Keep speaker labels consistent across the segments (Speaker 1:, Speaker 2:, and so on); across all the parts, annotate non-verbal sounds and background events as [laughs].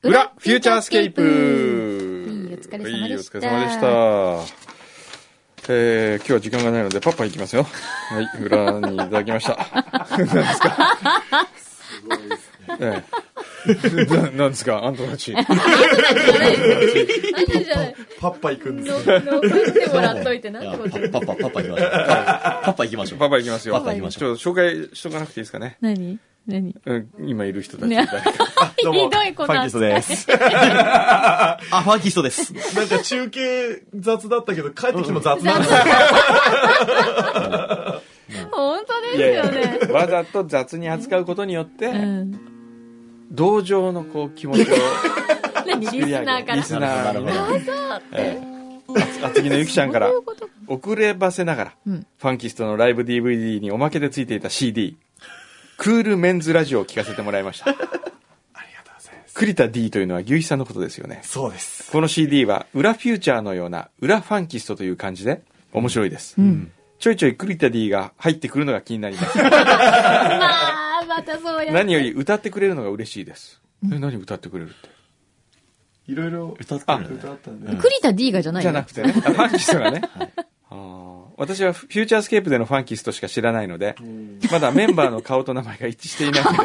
Speaker 1: フューチャースケープ
Speaker 2: いいお疲れ様でした
Speaker 1: はいお疲れ様でした。えー、今日は時間がないのでパッパン行きますよ。はい、裏にいただきました。 [laughs] 何ですかええ。ななんですかあんたたち。
Speaker 2: 何じゃない
Speaker 3: パッパ行くんですよ。
Speaker 2: の残してもらっといてなん
Speaker 4: い
Speaker 2: て
Speaker 4: や
Speaker 2: こと
Speaker 4: パパパパパ行きましょう。パパパ行きましょう。
Speaker 1: パパ行きますよ。
Speaker 4: パパ行きまし
Speaker 1: ち
Speaker 4: ょ
Speaker 1: ょ
Speaker 4: う。
Speaker 1: っと紹介しとかなくていいですかね。
Speaker 2: 何何
Speaker 1: うん、今いる人たち。
Speaker 2: ね
Speaker 1: 誰か
Speaker 3: どうも
Speaker 2: ひどいこと
Speaker 3: ファンキス
Speaker 4: [laughs]
Speaker 3: トです。
Speaker 4: あ、ファンキストです。
Speaker 3: なんか中継雑だったけど、帰ってきても雑なんです
Speaker 2: 本当
Speaker 1: い
Speaker 2: ですよ
Speaker 1: や
Speaker 2: ね
Speaker 1: いや、わざと雑に扱うことによって、
Speaker 2: うん
Speaker 1: 同情のこう気持ち [laughs] を。
Speaker 2: 何リスナーから
Speaker 1: リスナーのね。ええ厚木のゆきちゃんから
Speaker 2: そういうこと
Speaker 1: 遅ればせながら、
Speaker 2: うん
Speaker 1: ファンキストのライブ DVD におまけでついていた CD「クールメンズラジオ」を聴かせてもらいました栗田 D というのは牛肥さんのことですよね
Speaker 3: そうです。
Speaker 1: この CD は裏フューチャーのような裏ファンキストという感じで面白いです、ちょいちょい栗田 D が入ってくるのが気になります
Speaker 2: [laughs] まあまたそうやって
Speaker 1: 何より歌ってくれるのが嬉しいです、え何歌ってくれるって
Speaker 3: いろいろ
Speaker 4: 歌ってるね
Speaker 3: 歌ったんで。
Speaker 2: 栗田 D がじゃない
Speaker 1: じ
Speaker 2: よ
Speaker 1: ゃなく
Speaker 2: [laughs]
Speaker 1: てね。あファンキストがね。あー私はフューチャースケープでのファンキストしか知らないので、まだメンバーの顔と名前が一致
Speaker 2: [laughs]
Speaker 1: していないんです。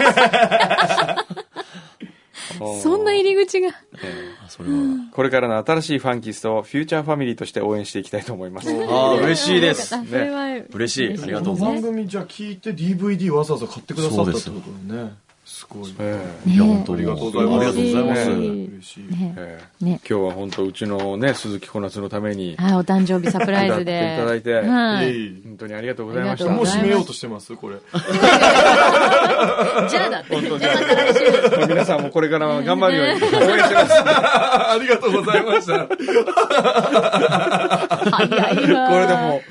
Speaker 1: おー
Speaker 2: そんな入り口が
Speaker 1: え
Speaker 4: あ、それは。
Speaker 1: ーこれからの新しいファンキストをフューチャーファミリーとして応援していきたいと思います。
Speaker 4: あー、嬉しいで
Speaker 2: あ
Speaker 4: す。
Speaker 2: それは
Speaker 4: 嬉しい。ありが
Speaker 3: こと
Speaker 4: うご
Speaker 3: の
Speaker 4: ざい
Speaker 3: 番組じゃあ聞いて DVD わざわざ買ってくださったってことだね。すごい。
Speaker 1: え
Speaker 4: ます。いや、本当
Speaker 3: ありがとうござい
Speaker 4: あ
Speaker 3: ます
Speaker 4: りがとうございます。
Speaker 1: 嬉
Speaker 2: しい
Speaker 3: 嬉しい。
Speaker 1: ー
Speaker 2: ね
Speaker 1: えー
Speaker 2: ね
Speaker 1: 今日は本当うちのね、鈴木小夏のために、
Speaker 2: はいお誕生日サプライズで
Speaker 1: 歌っていただいて
Speaker 2: はい
Speaker 3: え
Speaker 1: 本当にありがとうございまし
Speaker 2: あ
Speaker 1: た。
Speaker 3: いも
Speaker 2: り
Speaker 3: う
Speaker 2: がと
Speaker 3: 締めようとしてます
Speaker 4: [laughs]
Speaker 3: これ。
Speaker 2: じゃあだって [laughs]
Speaker 1: 皆さんもこれから頑張るように応援してます。
Speaker 2: [laughs]
Speaker 3: ありがとうございました。
Speaker 2: 早いわ
Speaker 1: これでも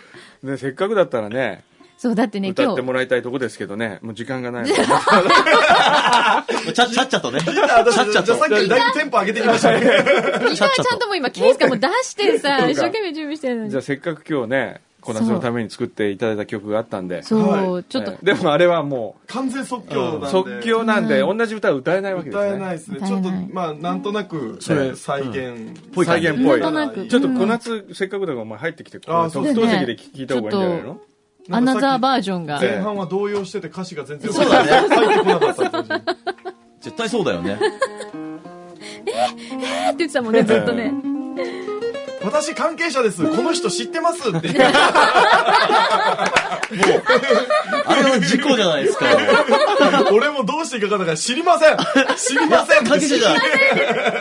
Speaker 1: う、ね、せっかくだったらね、
Speaker 2: そうだってね
Speaker 1: 歌
Speaker 2: 今
Speaker 1: って
Speaker 2: 日
Speaker 1: もらいたいとこですけどね、もう時間がないので。
Speaker 4: ちゃちゃっちゃとね。ちゃっ
Speaker 3: 私
Speaker 4: ちゃ
Speaker 3: じゃあ
Speaker 4: と
Speaker 3: さ。っきだいぶテンポ上げてきましたね。
Speaker 2: みんなちゃんともう今ケースがもう出してさ一生懸命準備してるの
Speaker 1: じゃあ
Speaker 2: に
Speaker 1: せっかく今日ね、小夏のために作っていただいた曲があったんで。
Speaker 2: そうちょっ
Speaker 1: え
Speaker 2: と
Speaker 1: えでもあれはも
Speaker 3: 完全即興なん
Speaker 1: う、
Speaker 3: で。
Speaker 1: 即興なんで、同じ歌は歌えないわけです
Speaker 3: 歌
Speaker 1: ね。
Speaker 3: えないですね。
Speaker 2: 歌
Speaker 3: ちょ
Speaker 2: え
Speaker 3: っと
Speaker 2: ない
Speaker 3: まあなんとなく
Speaker 4: それ
Speaker 3: 再現。
Speaker 4: ぽい感じ
Speaker 1: 再現っぽい。
Speaker 2: なんとなく
Speaker 1: ちょっと小夏、せっかくだからお前入ってきて、
Speaker 3: あーそう
Speaker 1: 特
Speaker 3: ですね
Speaker 1: 等席で聞いた方がいいんじゃないの
Speaker 2: アナザーバージョンが
Speaker 3: 前半は動揺してて歌詞が全然
Speaker 4: そうだね
Speaker 3: 入ってこなかった感じ。
Speaker 4: 絶対そうだよね。
Speaker 2: って言ってたもんねずっとね
Speaker 3: 私関係者です。この人知ってますって言って。
Speaker 4: あれは事故じゃないです
Speaker 3: [laughs]
Speaker 4: か。
Speaker 3: 俺もどうしていいか分かんないから知りません知りません
Speaker 4: 関係者じゃない。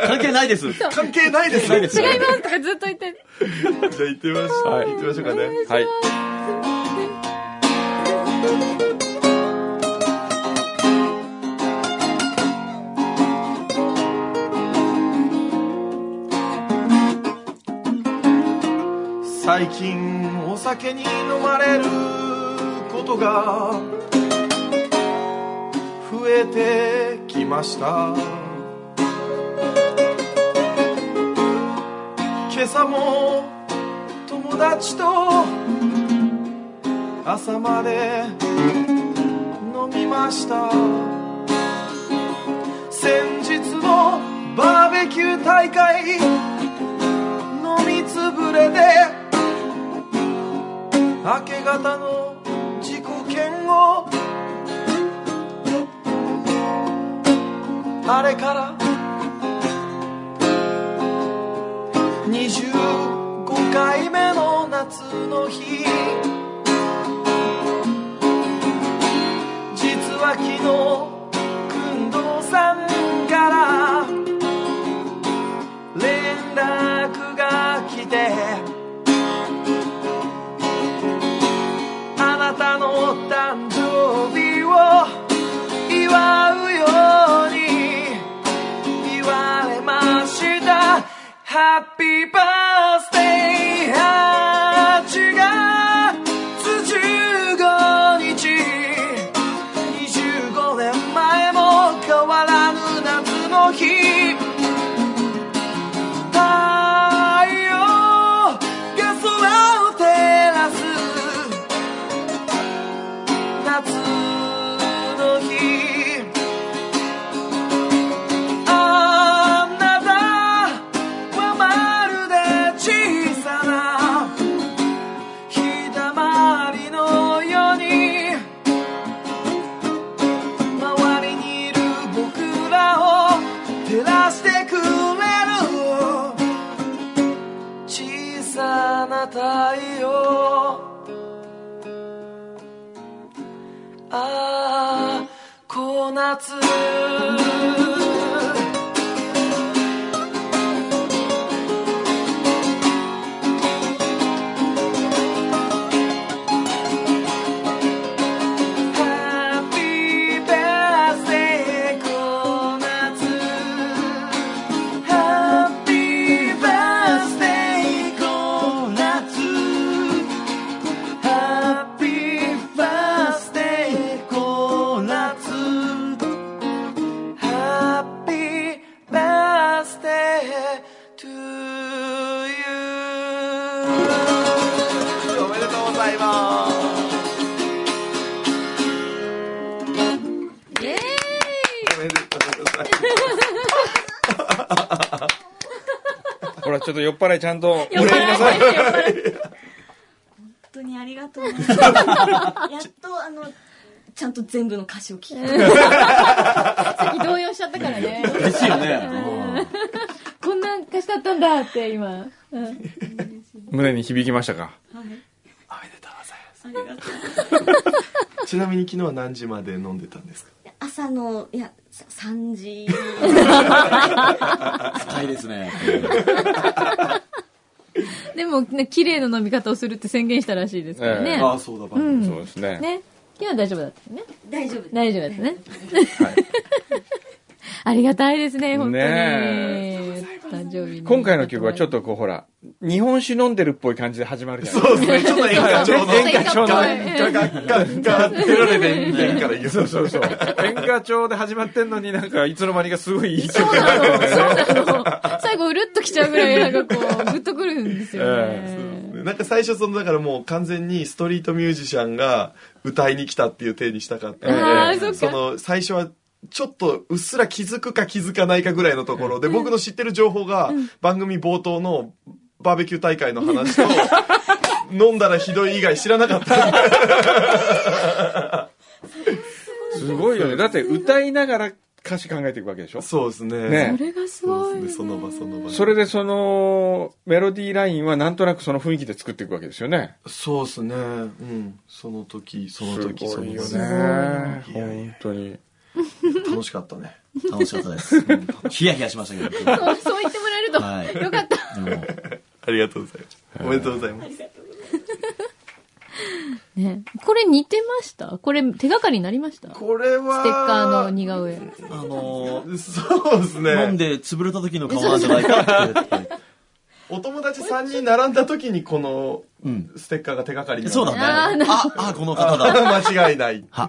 Speaker 4: 関係ないです。
Speaker 3: 関係ないです
Speaker 4: ないです
Speaker 2: 違いますとかずっと言って
Speaker 3: じゃあ行ってみましょう、
Speaker 1: はい
Speaker 3: 行ってみましょうかね
Speaker 1: はい。
Speaker 3: 最近お酒に飲まれることが増えてきました今朝も友達と朝まで飲みました先日のバーベキュー大会飲みつぶれで明け方の自己嫌悪あれから25回目の夏の日実は昨日工藤さんから連絡が来てあなたの誕生日を祝うように言われましたハッピーバースデー8月15日25年前も変わらぬ夏の日太陽が空を照らす夏の日あなた
Speaker 5: たいよああこ夏ハッピーバースデーこなつハッピーバースデーこなつハッピーバースデーこなつハッピーバースデー to you おめでとうございます
Speaker 2: イエーイ
Speaker 5: おめでとうございます
Speaker 1: ほら、ちょっと酔っ払いちゃんと、お礼
Speaker 2: 酔っ払い
Speaker 1: 言いなさい。
Speaker 6: 本当にありがとう。や
Speaker 1: [laughs]
Speaker 6: っと、あの、ちゃんと全部の歌詞を聞いて。
Speaker 2: さっき動揺しちゃったからね。
Speaker 4: ですよね。
Speaker 2: [laughs] こんな歌詞だったんだって今。うん
Speaker 1: 胸に響きましたか。
Speaker 5: おめでとうございます
Speaker 6: ありがとう。
Speaker 3: ちなみに昨日は何時まで飲んでたんですか
Speaker 6: 朝の、いや、さ3時。
Speaker 4: 深いですね。
Speaker 2: でも、ね、綺麗な飲み方をするって宣言したらしいですからね。
Speaker 1: ええ
Speaker 3: ああそうだば、
Speaker 2: うん。
Speaker 1: そうですね。
Speaker 2: ね。今日は大丈夫だったよね。
Speaker 6: 大丈夫です。
Speaker 2: 大丈夫ですね。 [laughs] ありがたいですね、本当に。
Speaker 1: ね
Speaker 2: 誕生日に
Speaker 1: 今回の曲はちょっとこう、ほら、日本酒飲んでるっぽい感じで始まるじゃない
Speaker 3: そうですねちょっと演歌 [laughs] 調の
Speaker 2: 演歌調の
Speaker 3: ガガガッガッテロレレンレンから言うそうそ
Speaker 1: [laughs]
Speaker 3: うそう
Speaker 1: 演歌調で始まってんのになんかいつの間にかすごいいい曲
Speaker 2: そうなの、そうな [laughs] の。最後、うるっときちゃうぐらい、なんかこう、ぐっとくるんですよね。
Speaker 3: なんか最初そのだからもう完全にストリートミュージシャンが歌いに来たっていう体にしたかった
Speaker 2: あ
Speaker 3: の
Speaker 2: ー
Speaker 3: で
Speaker 2: そっか
Speaker 3: の最初はちょっとうっすら気づくか気づかないかぐらいのところで僕の知ってる情報が番組冒頭のバーベキュー大会の話と飲んだらひどい以外知らなかった
Speaker 1: すごいよね。だって歌いながら歌詞考えていくわけでしょ
Speaker 3: そうですね
Speaker 1: ね
Speaker 2: それがす
Speaker 3: そ
Speaker 2: ご
Speaker 3: う
Speaker 2: い、
Speaker 3: で
Speaker 2: ね。
Speaker 3: すねその場その場
Speaker 1: それでそのメロディーラインはなんとなくその雰囲気で作っていくわけですよね。
Speaker 3: そうですねうんその時その時
Speaker 1: す
Speaker 3: そ
Speaker 1: ごい
Speaker 3: の
Speaker 1: よ
Speaker 3: 時
Speaker 1: ね。
Speaker 3: いやいやいや
Speaker 1: 本当に。
Speaker 3: 楽しかったね
Speaker 4: 楽しかったです。ヒヤヒヤしましたけど。
Speaker 2: そうそう言ってもらえると、
Speaker 4: はい
Speaker 2: よかった。
Speaker 4: でも
Speaker 3: ありがとうございますおめでとうございます
Speaker 2: ね、これ似てましたこれ手がかりになりましたス
Speaker 3: これは
Speaker 2: テッカーの似顔絵。
Speaker 4: あのー
Speaker 3: そうですね
Speaker 4: 飲んで潰れた時の顔なんじゃないかって。
Speaker 3: お友達3人並んだ時にこの
Speaker 4: うん。
Speaker 3: ステッカーが手がかりになる
Speaker 4: そうだ
Speaker 2: あー
Speaker 4: ね。あ、あ、この方だ。
Speaker 3: 間違いない
Speaker 4: は、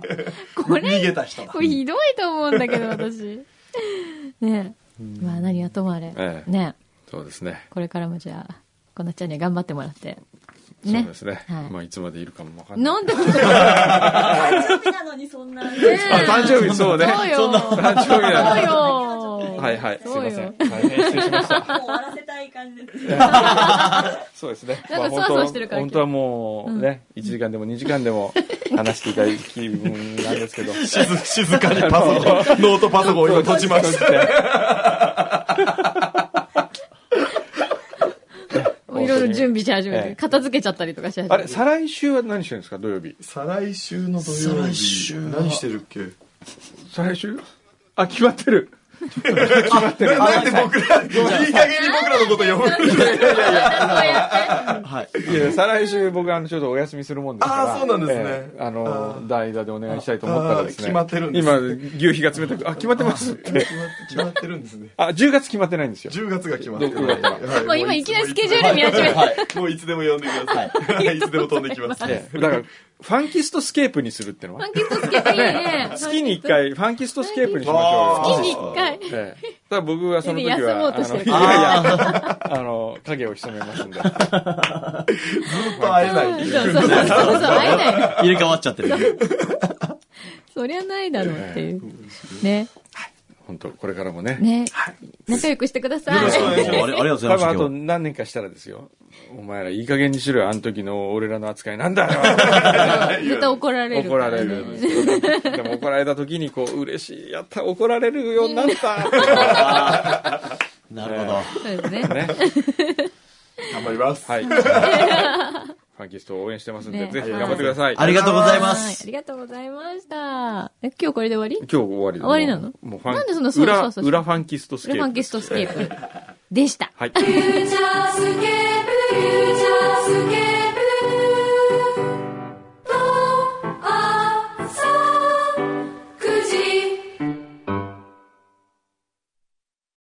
Speaker 2: これ
Speaker 3: 逃げた人だ
Speaker 2: これひどいと思うんだけど、私。ねえ。まあ何はともあれ。
Speaker 1: ええ
Speaker 2: ねえ
Speaker 1: そうですね。
Speaker 2: これからもじゃあ、こなっちゃんには頑張ってもらって。
Speaker 1: そう
Speaker 2: ね
Speaker 1: で。すね。
Speaker 2: はい
Speaker 1: まあいつまでいるかもわかんない。
Speaker 2: なんでことだ
Speaker 6: 誕生日なのにそんな。
Speaker 1: あ誕生日そうね。
Speaker 2: そうよ。
Speaker 4: そんな
Speaker 1: 誕生日だね。
Speaker 2: そうよ。
Speaker 1: はいはい。すい
Speaker 2: そう
Speaker 1: ま
Speaker 2: よ
Speaker 1: せん。大変失礼しました。
Speaker 6: もう終わらせたい感じです。
Speaker 1: そうですね。
Speaker 2: なんか
Speaker 1: まあ
Speaker 2: そわそわしてるから
Speaker 1: 本当は本当はもうね、1時間でも2時間でも話していただき気分なんで
Speaker 2: [laughs]
Speaker 1: すけど。
Speaker 3: 静静かにパ
Speaker 1: [laughs]
Speaker 3: ソコンノートパソコンを今閉じました
Speaker 2: もういろいろ準備し始め
Speaker 1: ええ
Speaker 2: て、片付けちゃったりとかし始めて。
Speaker 1: あれ、再来週は何してるんですか土曜日。
Speaker 3: 再来週の土曜
Speaker 4: 再来
Speaker 3: 日
Speaker 4: 週は
Speaker 3: 何してるっけ
Speaker 1: 再来週あ、決まってる。
Speaker 3: なんで僕らいい加減に僕らのこと呼ぶ
Speaker 4: はい。
Speaker 1: いや、再来週僕あの、ちょっとお休みするもんですから。
Speaker 3: あーそうなんですね
Speaker 1: ええあ
Speaker 3: あ
Speaker 1: の、
Speaker 3: ー
Speaker 1: 代打でお願いしたいと思ったらですね。
Speaker 3: あー決まってるんです
Speaker 1: 今、牛皮が冷たく、あ、決まってます
Speaker 3: [laughs]
Speaker 1: って。
Speaker 3: 決まって決まってるんですね
Speaker 1: あ、10月決まってないんですよ。
Speaker 3: 10月が決まってる
Speaker 1: どこが
Speaker 3: はい
Speaker 2: もう今いきなりスケジュール見始めた。
Speaker 4: はい。
Speaker 3: もういつでも呼んでくださいはいいつでも飛んできます
Speaker 1: ええだから、ファンキストスケープにするっての
Speaker 2: フ
Speaker 1: は
Speaker 2: ァンキストスケープいいね。
Speaker 1: 月に1回、ファンキストスケープにしましょうよ。
Speaker 2: 月に一回。
Speaker 1: ええ、ただ僕はその時
Speaker 2: 休も
Speaker 1: は、
Speaker 2: うと
Speaker 1: あ
Speaker 2: し
Speaker 1: の、
Speaker 2: て
Speaker 1: い
Speaker 2: る
Speaker 1: やいや、
Speaker 2: [laughs]
Speaker 1: あの、影を潜めますんで。
Speaker 3: ずっと会え
Speaker 2: そう
Speaker 3: な
Speaker 2: そ
Speaker 3: い
Speaker 2: うそうそう、会えないね。
Speaker 4: 入れ替わっちゃってる。
Speaker 2: そりゃないだろうっていう。ね。
Speaker 1: 本当これからもね。
Speaker 2: ね。仲良くしてくださ
Speaker 3: よろしくお
Speaker 4: あ
Speaker 3: 願
Speaker 2: い。
Speaker 3: いしま
Speaker 4: れあ
Speaker 3: す
Speaker 4: りがとうござ
Speaker 1: 多
Speaker 4: いまし
Speaker 1: 分あ
Speaker 4: た今
Speaker 1: と
Speaker 4: 日。
Speaker 1: 何年かしたらですよ。お前らいい加減にしろよ、あの時の俺らの扱いなんだよ
Speaker 2: 絶対怒られる。
Speaker 1: 怒られる。でも怒られた時にこう、嬉しい、やった、怒られるようになった。
Speaker 4: なるほど。
Speaker 2: そうですね。
Speaker 1: ね。
Speaker 3: あんまりいます。
Speaker 1: はい。 [laughs] ファンキストを応援してますんで、
Speaker 2: ね
Speaker 1: ぜひ頑張ってください。
Speaker 4: ありがとうございま
Speaker 2: はいあ
Speaker 4: す。
Speaker 2: りがとうございました。え、今日これで終わり
Speaker 1: 今日終わりだ
Speaker 2: 終わりなの
Speaker 1: もうファン
Speaker 2: なんでそんなそう
Speaker 1: 裏
Speaker 2: そうそう
Speaker 1: 裏ファンキストスケー
Speaker 2: フ
Speaker 1: プ。
Speaker 2: ァンキストスケープ。でした。
Speaker 1: はい。
Speaker 7: フューチャースケープフューチャースケープ